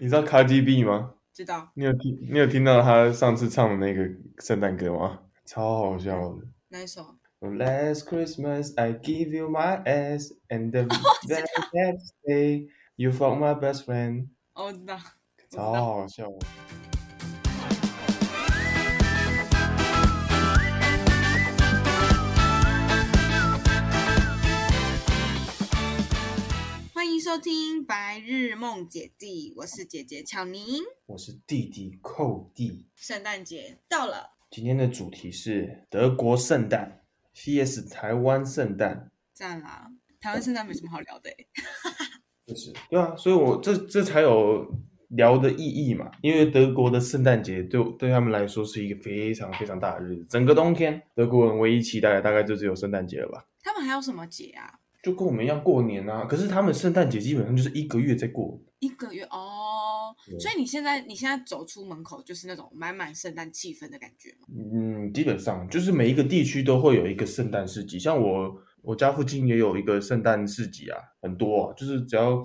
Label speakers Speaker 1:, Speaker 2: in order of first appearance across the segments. Speaker 1: 你知道 Cardi B 吗？
Speaker 2: 知道
Speaker 1: 你有听你有听到他上次唱的那个圣诞歌吗？超好笑的。
Speaker 2: 哪一首？
Speaker 1: Last Christmas I give you my ass and the very next day you fuck my best friend，
Speaker 2: 哦，我知道。我知
Speaker 1: 超
Speaker 2: 道。
Speaker 1: 好笑的。
Speaker 2: 欢迎收听《白日梦姐弟》，我是姐姐巧宁。
Speaker 1: 我是弟弟寇弟，
Speaker 2: 圣诞节到了，
Speaker 1: 今天的主题是德国圣诞 vs 台湾圣诞。
Speaker 2: 赞啦！台湾圣诞没什么好聊的欸，
Speaker 1: 就是对啊，所以我这这才有聊的意义嘛。因为德国的圣诞节对对他们来说是一个非常非常大的日子，整个冬天德国人唯一期待的大概就只有圣诞节了吧，
Speaker 2: 他们还有什么节啊？
Speaker 1: 就跟我们一样过年啊。可是他们圣诞节基本上就是一个月在过，
Speaker 2: 一个月哦，
Speaker 1: 对
Speaker 2: 所以你现在你现在走出门口就是那种满满圣诞气氛的感觉吗？
Speaker 1: 嗯，基本上就是每一个地区都会有一个圣诞市集，像我我家附近也有一个圣诞市集啊，很多啊，就是只要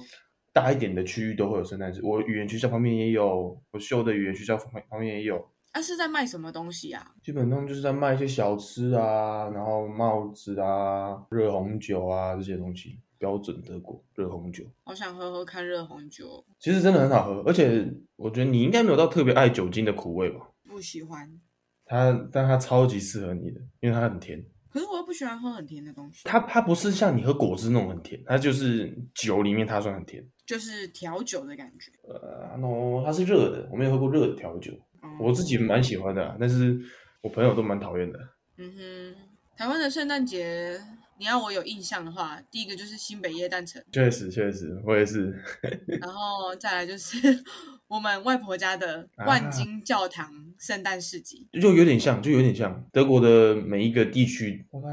Speaker 1: 大一点的区域都会有圣诞市。我语言学校旁边也有，我修的语言学校旁旁边也有，
Speaker 2: 啊，是在卖什么东西啊？
Speaker 1: 基本上就是在卖一些小吃啊，然后帽子啊、热红酒啊这些东西，标准德国热红酒，
Speaker 2: 好想喝喝看热红酒，
Speaker 1: 其实真的很好喝，而且我觉得你应该没有到特别爱酒精的苦味吧，
Speaker 2: 不喜欢。
Speaker 1: 它但它超级适合你的，因为它很甜。
Speaker 2: 可是我又不喜欢喝很甜的东西，
Speaker 1: 它它不是像你喝果汁那种很甜，它就是酒里面它算很甜。
Speaker 2: 就是调酒的感觉。
Speaker 1: 呃，no，它是热的，我没有喝过热的调酒，
Speaker 2: 哦
Speaker 1: 我自己蛮喜欢的啊、但是我朋友都蛮讨厌的。
Speaker 2: 嗯哼，台湾的圣诞节，你要我有印象的话，第一个就是新北耶诞城，
Speaker 1: 确实，确实，我也是。
Speaker 2: 然后再来就是 我们外婆家的万金教堂圣诞市集。
Speaker 1: 就有点像，就有点像德国的每一个地区，大概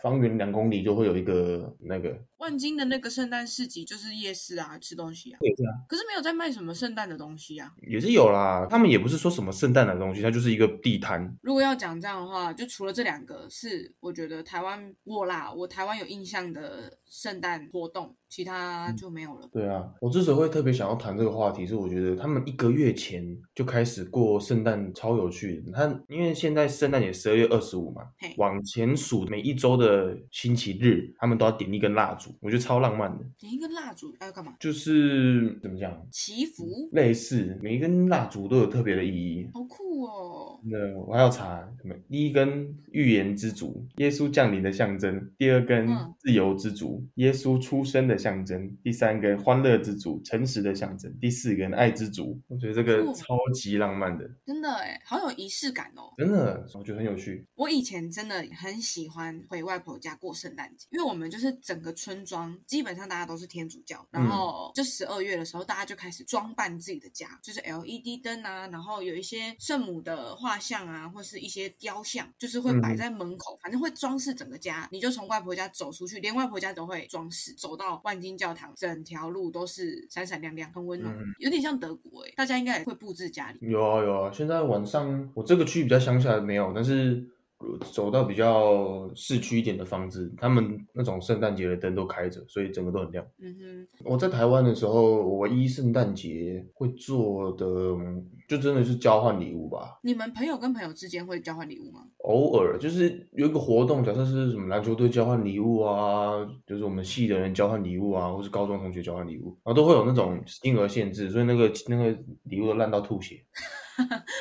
Speaker 1: 方圆两公里就会有一个那个，
Speaker 2: 万金的那个圣诞市集就是夜市啊，吃东西啊，
Speaker 1: 也是啊，
Speaker 2: 可是没有在卖什么圣诞的东西啊。
Speaker 1: 也是有啦。他们也不是说什么圣诞的东西，它就是一个地摊。
Speaker 2: 如果要讲这样的话，就除了这两个是我觉得台湾我啦，我台湾有印象的圣诞活动，其他就没有了。
Speaker 1: 对啊，我之所以会特别想要谈这个话题，是我觉得他们一个月前就开始过圣诞，超有趣的。他因为现在圣诞节十二月二十五嘛
Speaker 2: 嘿，
Speaker 1: 往前数每一周的星期日，他们都要点一根蜡烛，我觉得超浪漫的。
Speaker 2: 点一根蜡烛要干嘛？
Speaker 1: 就是怎么讲，
Speaker 2: 祈福，
Speaker 1: 类似每一根蜡烛都有特别的意义。
Speaker 2: 好酷哦！
Speaker 1: 那我还要查什么？第一根预言之烛，耶稣降临的象征；第二根
Speaker 2: 嗯
Speaker 1: 自由之烛，耶稣出生的象征；第三根欢乐之烛，诚实的象征；第四根爱之烛。我觉得这个
Speaker 2: 酷
Speaker 1: 超级浪漫的，
Speaker 2: 真的哎，好有仪式感哦！
Speaker 1: 真的，我觉得很有趣。
Speaker 2: 我以前真的很喜欢回外婆家过圣诞节，因为我们就是整个村庄基本上大家都是天主教，然后就十二月的时候，大家就开始装扮自己的家，就是 LED 灯啊，然后有一些圣母的画像啊，或是一些雕像，就是会摆在门口，反正会装饰整个家。你就从外婆家走出去，连外婆家都会装饰，走到万金教堂，整条路都是闪闪亮亮，很温暖，
Speaker 1: 嗯
Speaker 2: 有点像德国哎、大家应该也会布置家里。
Speaker 1: 有啊有啊，现在晚上我这个区比较乡下没有，但是呃走到比较市区一点的房子，他们那种圣诞节的灯都开着，所以整个都很亮。
Speaker 2: 嗯哼，
Speaker 1: 我在台湾的时候，我唯一圣诞节会做的，嗯就真的是交换礼物吧。
Speaker 2: 你们朋友跟朋友之间会交换礼物吗？
Speaker 1: 偶尔就是有一个活动，假设是什么篮球队交换礼物啊，就是我们系的人交换礼物啊，或是高中同学交换礼物，然后都会有那种金额限制，所以那个那个礼物都烂到吐血。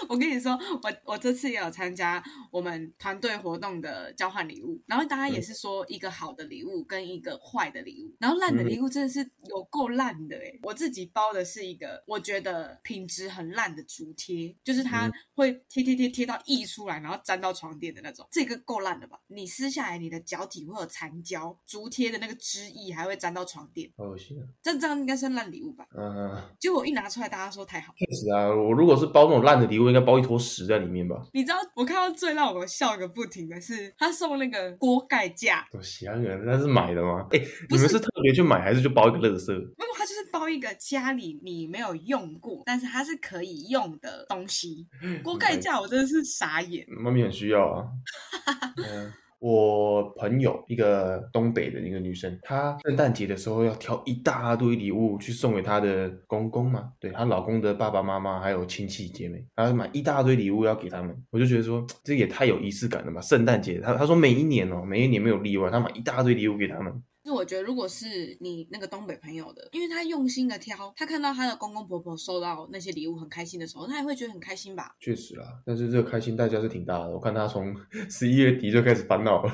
Speaker 2: 我跟你说，我我这次也有参加我们团队活动的交换礼物，然后大家也是说一个好的礼物跟一个坏的礼物，然后烂的礼物真的是有够烂的哎、我自己包的是一个我觉得品质很烂的竹贴，就是它
Speaker 1: 嗯
Speaker 2: 会贴贴贴贴到溢出来，然后粘到床垫的那种，这个够烂了吧？你撕下来，你的脚底会有残胶，竹贴的那个汁液还会粘到床垫，
Speaker 1: 好恶心啊！
Speaker 2: 这这样应该算烂礼物吧？
Speaker 1: 嗯、
Speaker 2: 结果我一拿出来，大家说太好了。
Speaker 1: 确实啊，我如果是包那种烂的礼物，应该包一坨屎在里面吧？
Speaker 2: 你知道我看到最让我笑个不停的是，他送那个锅盖架，
Speaker 1: 多香啊！那是买的吗？哎、
Speaker 2: 不
Speaker 1: 你
Speaker 2: 是
Speaker 1: 们是特别去买，还是就包一个垃圾？
Speaker 2: 那么他就是包一个家里你没有用过，但是它是可以用的东西。锅盖架我真的是傻眼，
Speaker 1: 妈咪很需要啊。嗯，我朋友一个东北的一个女生，她圣诞节的时候要挑一大堆礼物去送给她的公公嘛，对她老公的爸爸妈妈还有亲戚姐妹，她买一大堆礼物要给他们。我就觉得说这也太有仪式感了吧！圣诞节，她她说每一年哦，每一年没有例外，她买一大堆礼物给他们。
Speaker 2: 就我觉得，如果是你那个东北朋友的，因为他用心的挑，他看到他的公公婆婆收到那些礼物很开心的时候，他也会觉得很开心吧？
Speaker 1: 确实啦，但是这个开心代价是挺大的。我看她从十一月底就开始烦恼了。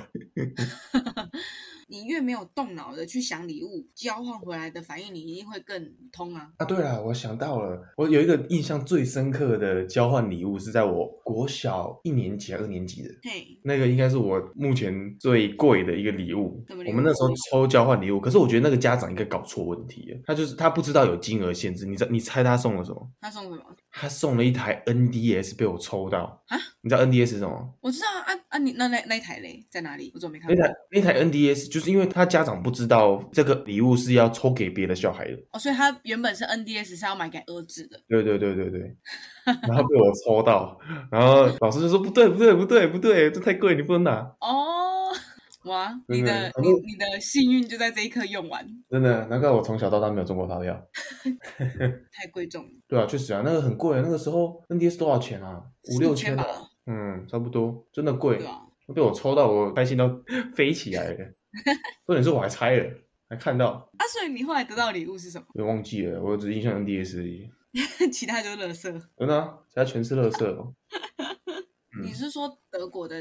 Speaker 2: 你越没有动脑的去想礼物交换回来的反应，你一定会更通啊。
Speaker 1: 啊，对了，我想到了，我有一个印象最深刻的交换礼物是在我国小一年级还是二年级的，
Speaker 2: 嘿，
Speaker 1: 那个应该是我目前最贵的一个礼物
Speaker 2: 什么。礼物
Speaker 1: 我们那时候抽交换礼物，可是我觉得那个家长应该搞错问题了，他就是他不知道有金额限制。你知你猜他送了什么？
Speaker 2: 他送什么？
Speaker 1: 他送了一台 NDS 被我抽到
Speaker 2: 啊！
Speaker 1: 你知道 NDS 是什么？
Speaker 2: 我知道啊啊啊！你那那那一台嘞，在哪里？我怎么没看
Speaker 1: 那
Speaker 2: 过？
Speaker 1: 台那台 NDS 就是因为他家长不知道这个礼物是要抽给别的小孩的，
Speaker 2: 哦，所以他原本是 NDS 是要买给儿子的，
Speaker 1: 对对对对对，然后被我抽到，然后老师就说不对不对不对不对，这太贵，你不能拿。
Speaker 2: 哦， 哇，
Speaker 1: 真
Speaker 2: 你
Speaker 1: 的
Speaker 2: 的
Speaker 1: 可
Speaker 2: 你
Speaker 1: 是
Speaker 2: 你的幸运就在这一刻用完，
Speaker 1: 真的，难怪我从小到大没有中过发票。
Speaker 2: 太贵重了，
Speaker 1: 对啊，确实啊，那个很贵，那个时候 NDS 多少钱啊？五六千吧。啊
Speaker 2: 吧，
Speaker 1: 嗯，差不多，真的贵
Speaker 2: 对。吧？
Speaker 1: 被我抽到，我开心到 飞起 来了。重点是我还猜了，还看到，
Speaker 2: 啊，所以你后来得到的礼物是什么？
Speaker 1: 我忘记了，我只印象 NDS 而已。
Speaker 2: 其他就是垃圾。
Speaker 1: 真的、啊，其他全是垃圾哦。嗯
Speaker 2: 你是说德国的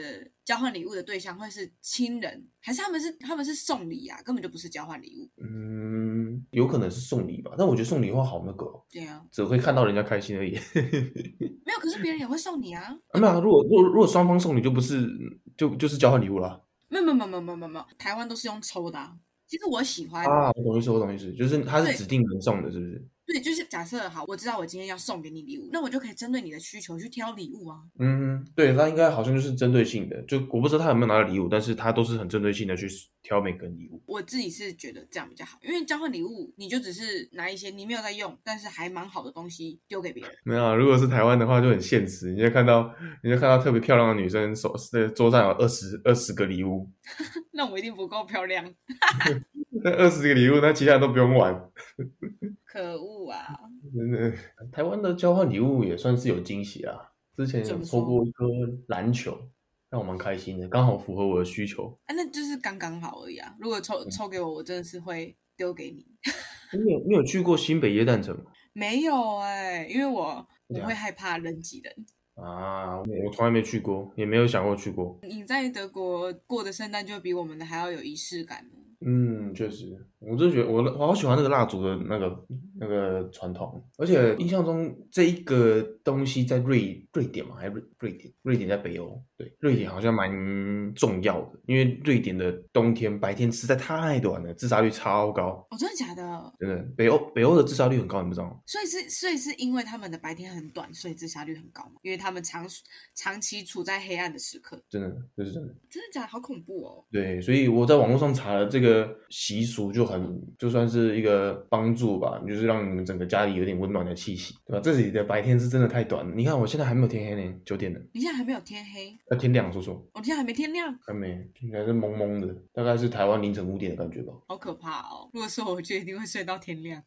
Speaker 2: 交换礼物的对象会是亲人，还是他们是他们是送礼啊？根本就不是交换礼物。
Speaker 1: 嗯，有可能是送礼吧，但我觉得送礼的话好那个、哦，
Speaker 2: 对啊，
Speaker 1: 只会看到人家开心而已。
Speaker 2: 没有，可是别人也会送你啊。
Speaker 1: 啊，没有啊，如果如果如果双方送礼就不是就就是交换礼物了
Speaker 2: 没有没有没有没有没有没有没有，台湾都是用抽的啊、其实我喜欢，
Speaker 1: 啊！我懂意思，我懂意思，就是他是
Speaker 2: 对
Speaker 1: 指定人送的，是不是？
Speaker 2: 对，就是假设好，我知道我今天要送给你礼物，那我就可以针对你的需求去挑礼物啊。
Speaker 1: 嗯，对，他应该好像就是针对性的，就我不知道他有没有拿到礼物，但是他都是很针对性的去挑每个人礼物。
Speaker 2: 我自己是觉得这样比较好，因为交换礼物，你就只是拿一些你没有在用，但是还蛮好的东西丢给别人。
Speaker 1: 没有、啊，如果是台湾的话就很现实，你就看到你就看到特别漂亮的女生手在桌上有二十二十个礼物，
Speaker 2: 那我一定不够漂亮，
Speaker 1: 那二十个礼物，那其他人都不用玩。
Speaker 2: 可恶啊！
Speaker 1: 真的， 台湾的交换礼物也算是有惊喜啊！之前
Speaker 2: 怎
Speaker 1: 有
Speaker 2: 么
Speaker 1: 抽
Speaker 2: 说
Speaker 1: 过一颗篮球，让我蛮开心的，刚好符合我的需求。
Speaker 2: 啊，那就是刚刚好而已啊。如果抽抽给我，我真的是会丢给你。
Speaker 1: 你有你有去过新北耶诞城吗？
Speaker 2: 没有哎、因为我
Speaker 1: 对
Speaker 2: 我
Speaker 1: 啊
Speaker 2: 会害怕人挤人。
Speaker 1: 啊，我我从来没去过，也没有想过去过。
Speaker 2: 你在德国过的圣诞就比我们的还要有仪式感哦呢
Speaker 1: 嗯，确实，我就觉得我我好喜欢那个蜡烛的那个那个传统，而且印象中这一个东西在瑞瑞典嘛，还是瑞瑞典？瑞典在北欧，对，瑞典好像蛮重要的，因为瑞典的冬天白天实在太短了，自杀率超高，
Speaker 2: 哦，真的假的？
Speaker 1: 真的。北欧北欧的自杀率很高，你不知道吗？
Speaker 2: 所以是所以是因为他们的白天很短，所以自杀率很高嘛？因为他们长长期处在黑暗的时刻，
Speaker 1: 真的，这是真的。
Speaker 2: 真的假的？好恐怖哦！
Speaker 1: 对，所以我在网络上查了这个习俗，就很就算是一个帮助吧，就是让你们整个家里有点温暖的气息，对吧？这里的白天是真的太短了，你看我现在还没有天黑呢，九点了，
Speaker 2: 你现在还没有天黑，
Speaker 1: 要天亮说说，
Speaker 2: 我、哦、现在还没天亮，
Speaker 1: 还没，应该是蒙蒙的，大概是台湾凌晨五点的感觉吧。
Speaker 2: 好可怕哦！如果是我，我就一定会睡到天亮。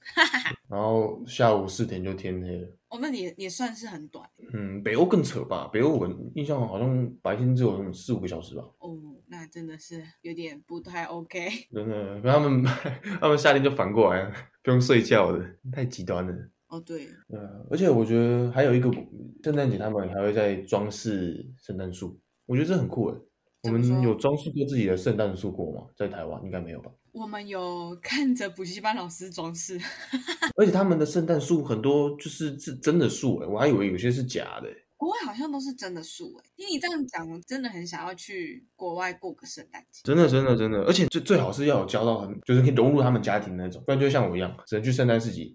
Speaker 1: 然后下午四点就天黑了，
Speaker 2: 哦，那你也算是很短
Speaker 1: 嗯，北欧更扯吧，北欧我印象好像白天只有四五个小时吧，
Speaker 2: 哦，那真的是有点不太 OK。
Speaker 1: 真的，他们 他们夏天就反过来，不用睡觉的，太极端了。
Speaker 2: 哦，对，
Speaker 1: 对啊，而且我觉得还有一个圣诞节，他们还会在装饰圣诞树，我觉得这很酷诶。欸我
Speaker 2: 怎么
Speaker 1: 们
Speaker 2: 说
Speaker 1: 有装饰过自己的圣诞树过吗？在台湾应该没有吧？
Speaker 2: 我们有看着补习班老师装饰，
Speaker 1: 而且他们的圣诞树很多就是是真的树欸诶，我还以为有些是假的诶。欸
Speaker 2: 国外好像都是真的树哎、听你这样讲，我真的很想要去国外过个圣诞节。
Speaker 1: 真的，真的，真的，而且最最好是要有交到很，就是可以融入他们家庭那种，不然就像我一样，只能去圣诞市集。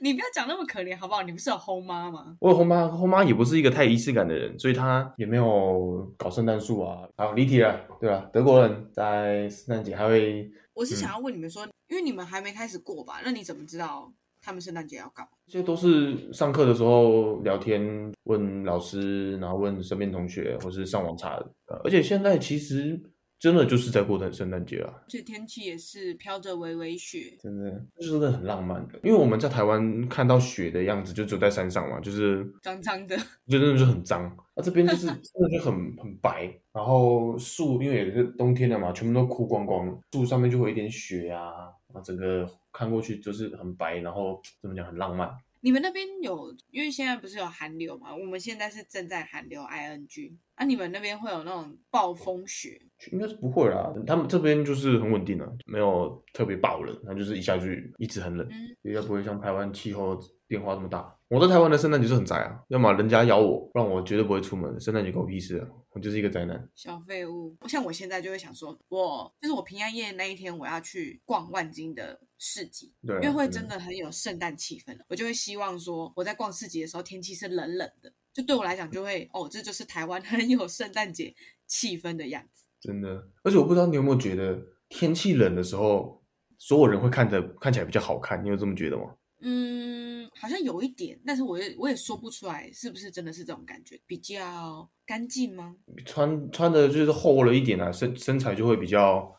Speaker 2: 你不要讲那么可怜好不好？你不是有后妈吗？
Speaker 1: 我有后妈，后妈也不是一个太有仪式感的人，所以她也没有搞圣诞树啊。好，离题了，对吧？德国人在圣诞节还会
Speaker 2: 我是想要问你们说，因为你们还没开始过吧？那你怎么知道他们圣诞节要干嘛。
Speaker 1: 这些都是上课的时候聊天，问老师，然后问身边同学，或是上网查的。呃而且现在其实真的就是在过的圣诞节啊，
Speaker 2: 而且天气也是飘着微微雪，
Speaker 1: 真的就是真的很浪漫的。因为我们在台湾看到雪的样子，就只有在山上嘛，就是
Speaker 2: 脏脏的。
Speaker 1: 就真的就很脏。那、这边就是真的就很很白，然后树因为也是冬天了嘛，全部都枯光光，树上面就会有一点雪啊，啊，整个看过去就是很白，然后怎么讲很浪漫。
Speaker 2: 你们那边有，因为现在不是有寒流嘛？我们现在是正在寒流 ing，啊，你们那边会有那种暴风雪？
Speaker 1: 应该是不会啦，他们这边就是很稳定的、没有特别爆冷，那就是一下就一直很冷，
Speaker 2: 嗯，
Speaker 1: 应该不会像台湾气候变化这么大。我在台湾的圣诞节是很宅啊，要么人家邀我，不然我绝对不会出门。圣诞节狗屁事啊，我就是一个宅男。
Speaker 2: 小废物。像我现在就会想说，我就是我平安夜那一天，我要去逛万金的市集，
Speaker 1: 对啊、
Speaker 2: 因为会真
Speaker 1: 的
Speaker 2: 的很有圣诞气氛的，我就会希望说我在逛市集的时候天气是冷冷的，就对我来讲就会哦，这就是台湾很有圣诞节气氛的样子。
Speaker 1: 真的，而且我不知道你有没有觉得，天气冷的时候，所有人会看着看起来比较好看，你有这么觉得吗？
Speaker 2: 嗯，好像有一点，但是我也我也说不出来是不是真的是这种感觉，比较干净吗？
Speaker 1: 穿穿的就是厚了一点啊，身身材就会比较，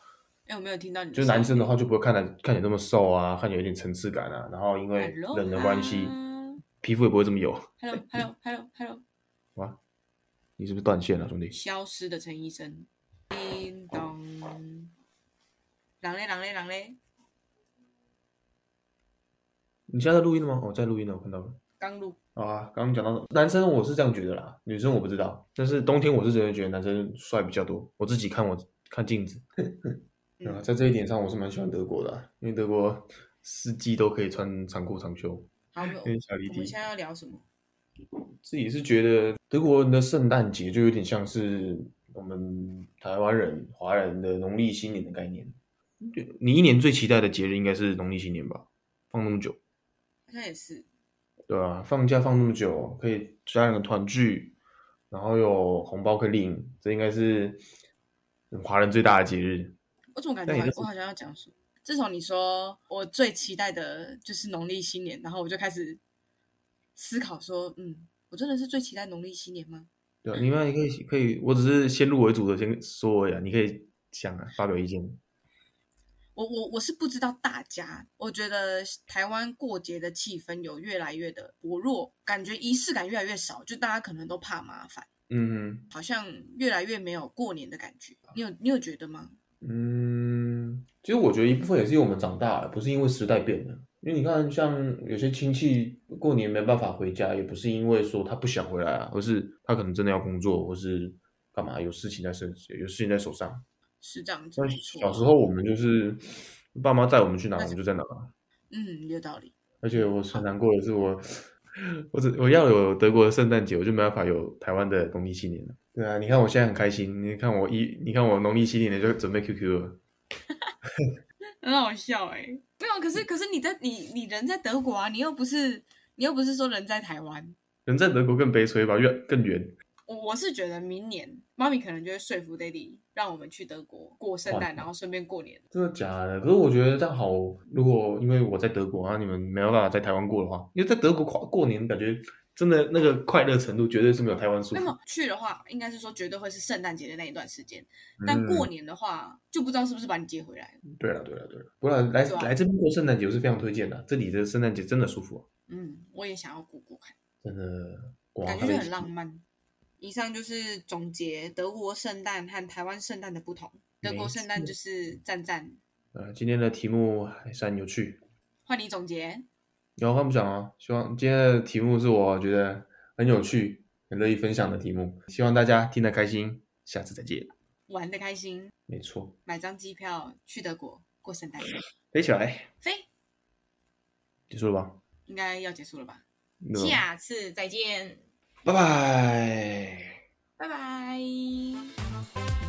Speaker 2: 哎，我没有听到你的
Speaker 1: 就
Speaker 2: 声
Speaker 1: 是
Speaker 2: 音，
Speaker 1: 男生的话就不会看来看起来那么瘦啊，看起来有点层次感啊，然后因为冷的关
Speaker 2: 啊
Speaker 1: 系，皮肤也不会这么油。
Speaker 2: Hello Hello Hello Hello，
Speaker 1: 哇，你是不是断线了，兄弟？
Speaker 2: 消失的陈医生，叮咚，狼嘞狼嘞狼嘞，
Speaker 1: 你现在在录音了吗？我、哦、在录音呢，我看到了。
Speaker 2: 刚录。
Speaker 1: 好啊，刚刚讲到男生，我是这样觉得啦，女生我不知道。但是冬天我是真的觉得男生帅比较多，我自己看我看镜子。
Speaker 2: 嗯
Speaker 1: 啊，在这一点上我是蛮喜欢德国的啊、因为德国四季都可以穿长裤长袖，
Speaker 2: 好，我们
Speaker 1: 跟小弟
Speaker 2: 我们
Speaker 1: 弟
Speaker 2: 现。在要聊什么？
Speaker 1: 自己是觉得德国人的圣诞节就有点像是我们台湾人华人的农历新年的概念。你一年最期待的节日应该是农历新年吧？放那么久，
Speaker 2: 好像也是，
Speaker 1: 对啊，放假放那么久，可以家人团聚，然后有红包可以领，这应该是华人最大的节日。
Speaker 2: 我怎么感
Speaker 1: 那
Speaker 2: 觉
Speaker 1: 你
Speaker 2: 好
Speaker 1: 就
Speaker 2: 像
Speaker 1: 是
Speaker 2: 我好像要讲什么？自从你说我最期待的就是农历新年，然后我就开始思考说，嗯，我真的是最期待农历新年吗？
Speaker 1: 对、啊，你们也可以可以，我只是先入为主的先说而已、啊，你可以想啊，发表意见。
Speaker 2: 我我我是不知道大家，我觉得台湾过节的气氛有越来越的薄弱，感觉仪式感越来越少，就大家可能都怕麻烦，
Speaker 1: 嗯。
Speaker 2: 好像越来越没有过年的感觉。你有你有觉得吗？
Speaker 1: 嗯，其实我觉得一部分也是因为我们长大了，不是因为时代变了。因为你看，像有些亲戚过年没办法回家，也不是因为说他不想回来啊，而是他可能真的要工作，或是干嘛有事情在身，有事情在手上。
Speaker 2: 是这样子，
Speaker 1: 像
Speaker 2: 没
Speaker 1: 呃小时
Speaker 2: 错，
Speaker 1: 候我们就是爸妈带我们去哪，我们就在哪。
Speaker 2: 嗯，有道理。
Speaker 1: 而且我很难过的是我，我只我要有德国的圣诞节，我就没办法有台湾的农历新年了。对啊，你看我现在很开心，你看我一，你看我农历新年的就准备 QQ 了。
Speaker 2: 很好笑哎、没有，可是可是你在你你人在德国啊，你又不是你又不是说人在台湾，
Speaker 1: 人在德国更悲催吧，越更远。
Speaker 2: 我我是觉得明年妈咪可能就会说服 Daddy 让我们去德国过圣诞，然后顺便过年。
Speaker 1: 真的假的？可是我觉得这样好。如果因为我在德国啊，你们没有办法在台湾过的话，因为在德国跨过年，感觉真的那个快乐程度绝对是没有台湾舒
Speaker 2: 那
Speaker 1: 服。
Speaker 2: 么去的话，应该是说绝对会是圣诞节的那一段时间，但过
Speaker 1: 嗯、
Speaker 2: 年的话就不知道是不是把你接回来。
Speaker 1: 对了对了对了，不然来
Speaker 2: 对啊
Speaker 1: 来这边过圣诞节我是非常推荐的，这里的圣诞节真的舒服、啊，
Speaker 2: 嗯，我也想要过过看，
Speaker 1: 真的。哇
Speaker 2: 感觉就很浪。漫。以上就是总结德国圣诞和台湾圣诞的不同。德国
Speaker 1: 没
Speaker 2: 圣诞
Speaker 1: 错
Speaker 2: 就是赞赞，
Speaker 1: 呃，今天的题目还算有趣，
Speaker 2: 换你总结。
Speaker 1: 有话不讲啊。希望今天的题目是我觉得很有趣、很乐意分享的题目，希望大家听得开心，下次再见。
Speaker 2: 玩的开心，
Speaker 1: 没错，
Speaker 2: 买张机票去德国过圣诞，
Speaker 1: 飞起来。
Speaker 2: 飞
Speaker 1: 结束了吧？
Speaker 2: 应该要结束了吧？
Speaker 1: 那个
Speaker 2: 下次再见，
Speaker 1: 拜拜。
Speaker 2: 拜拜。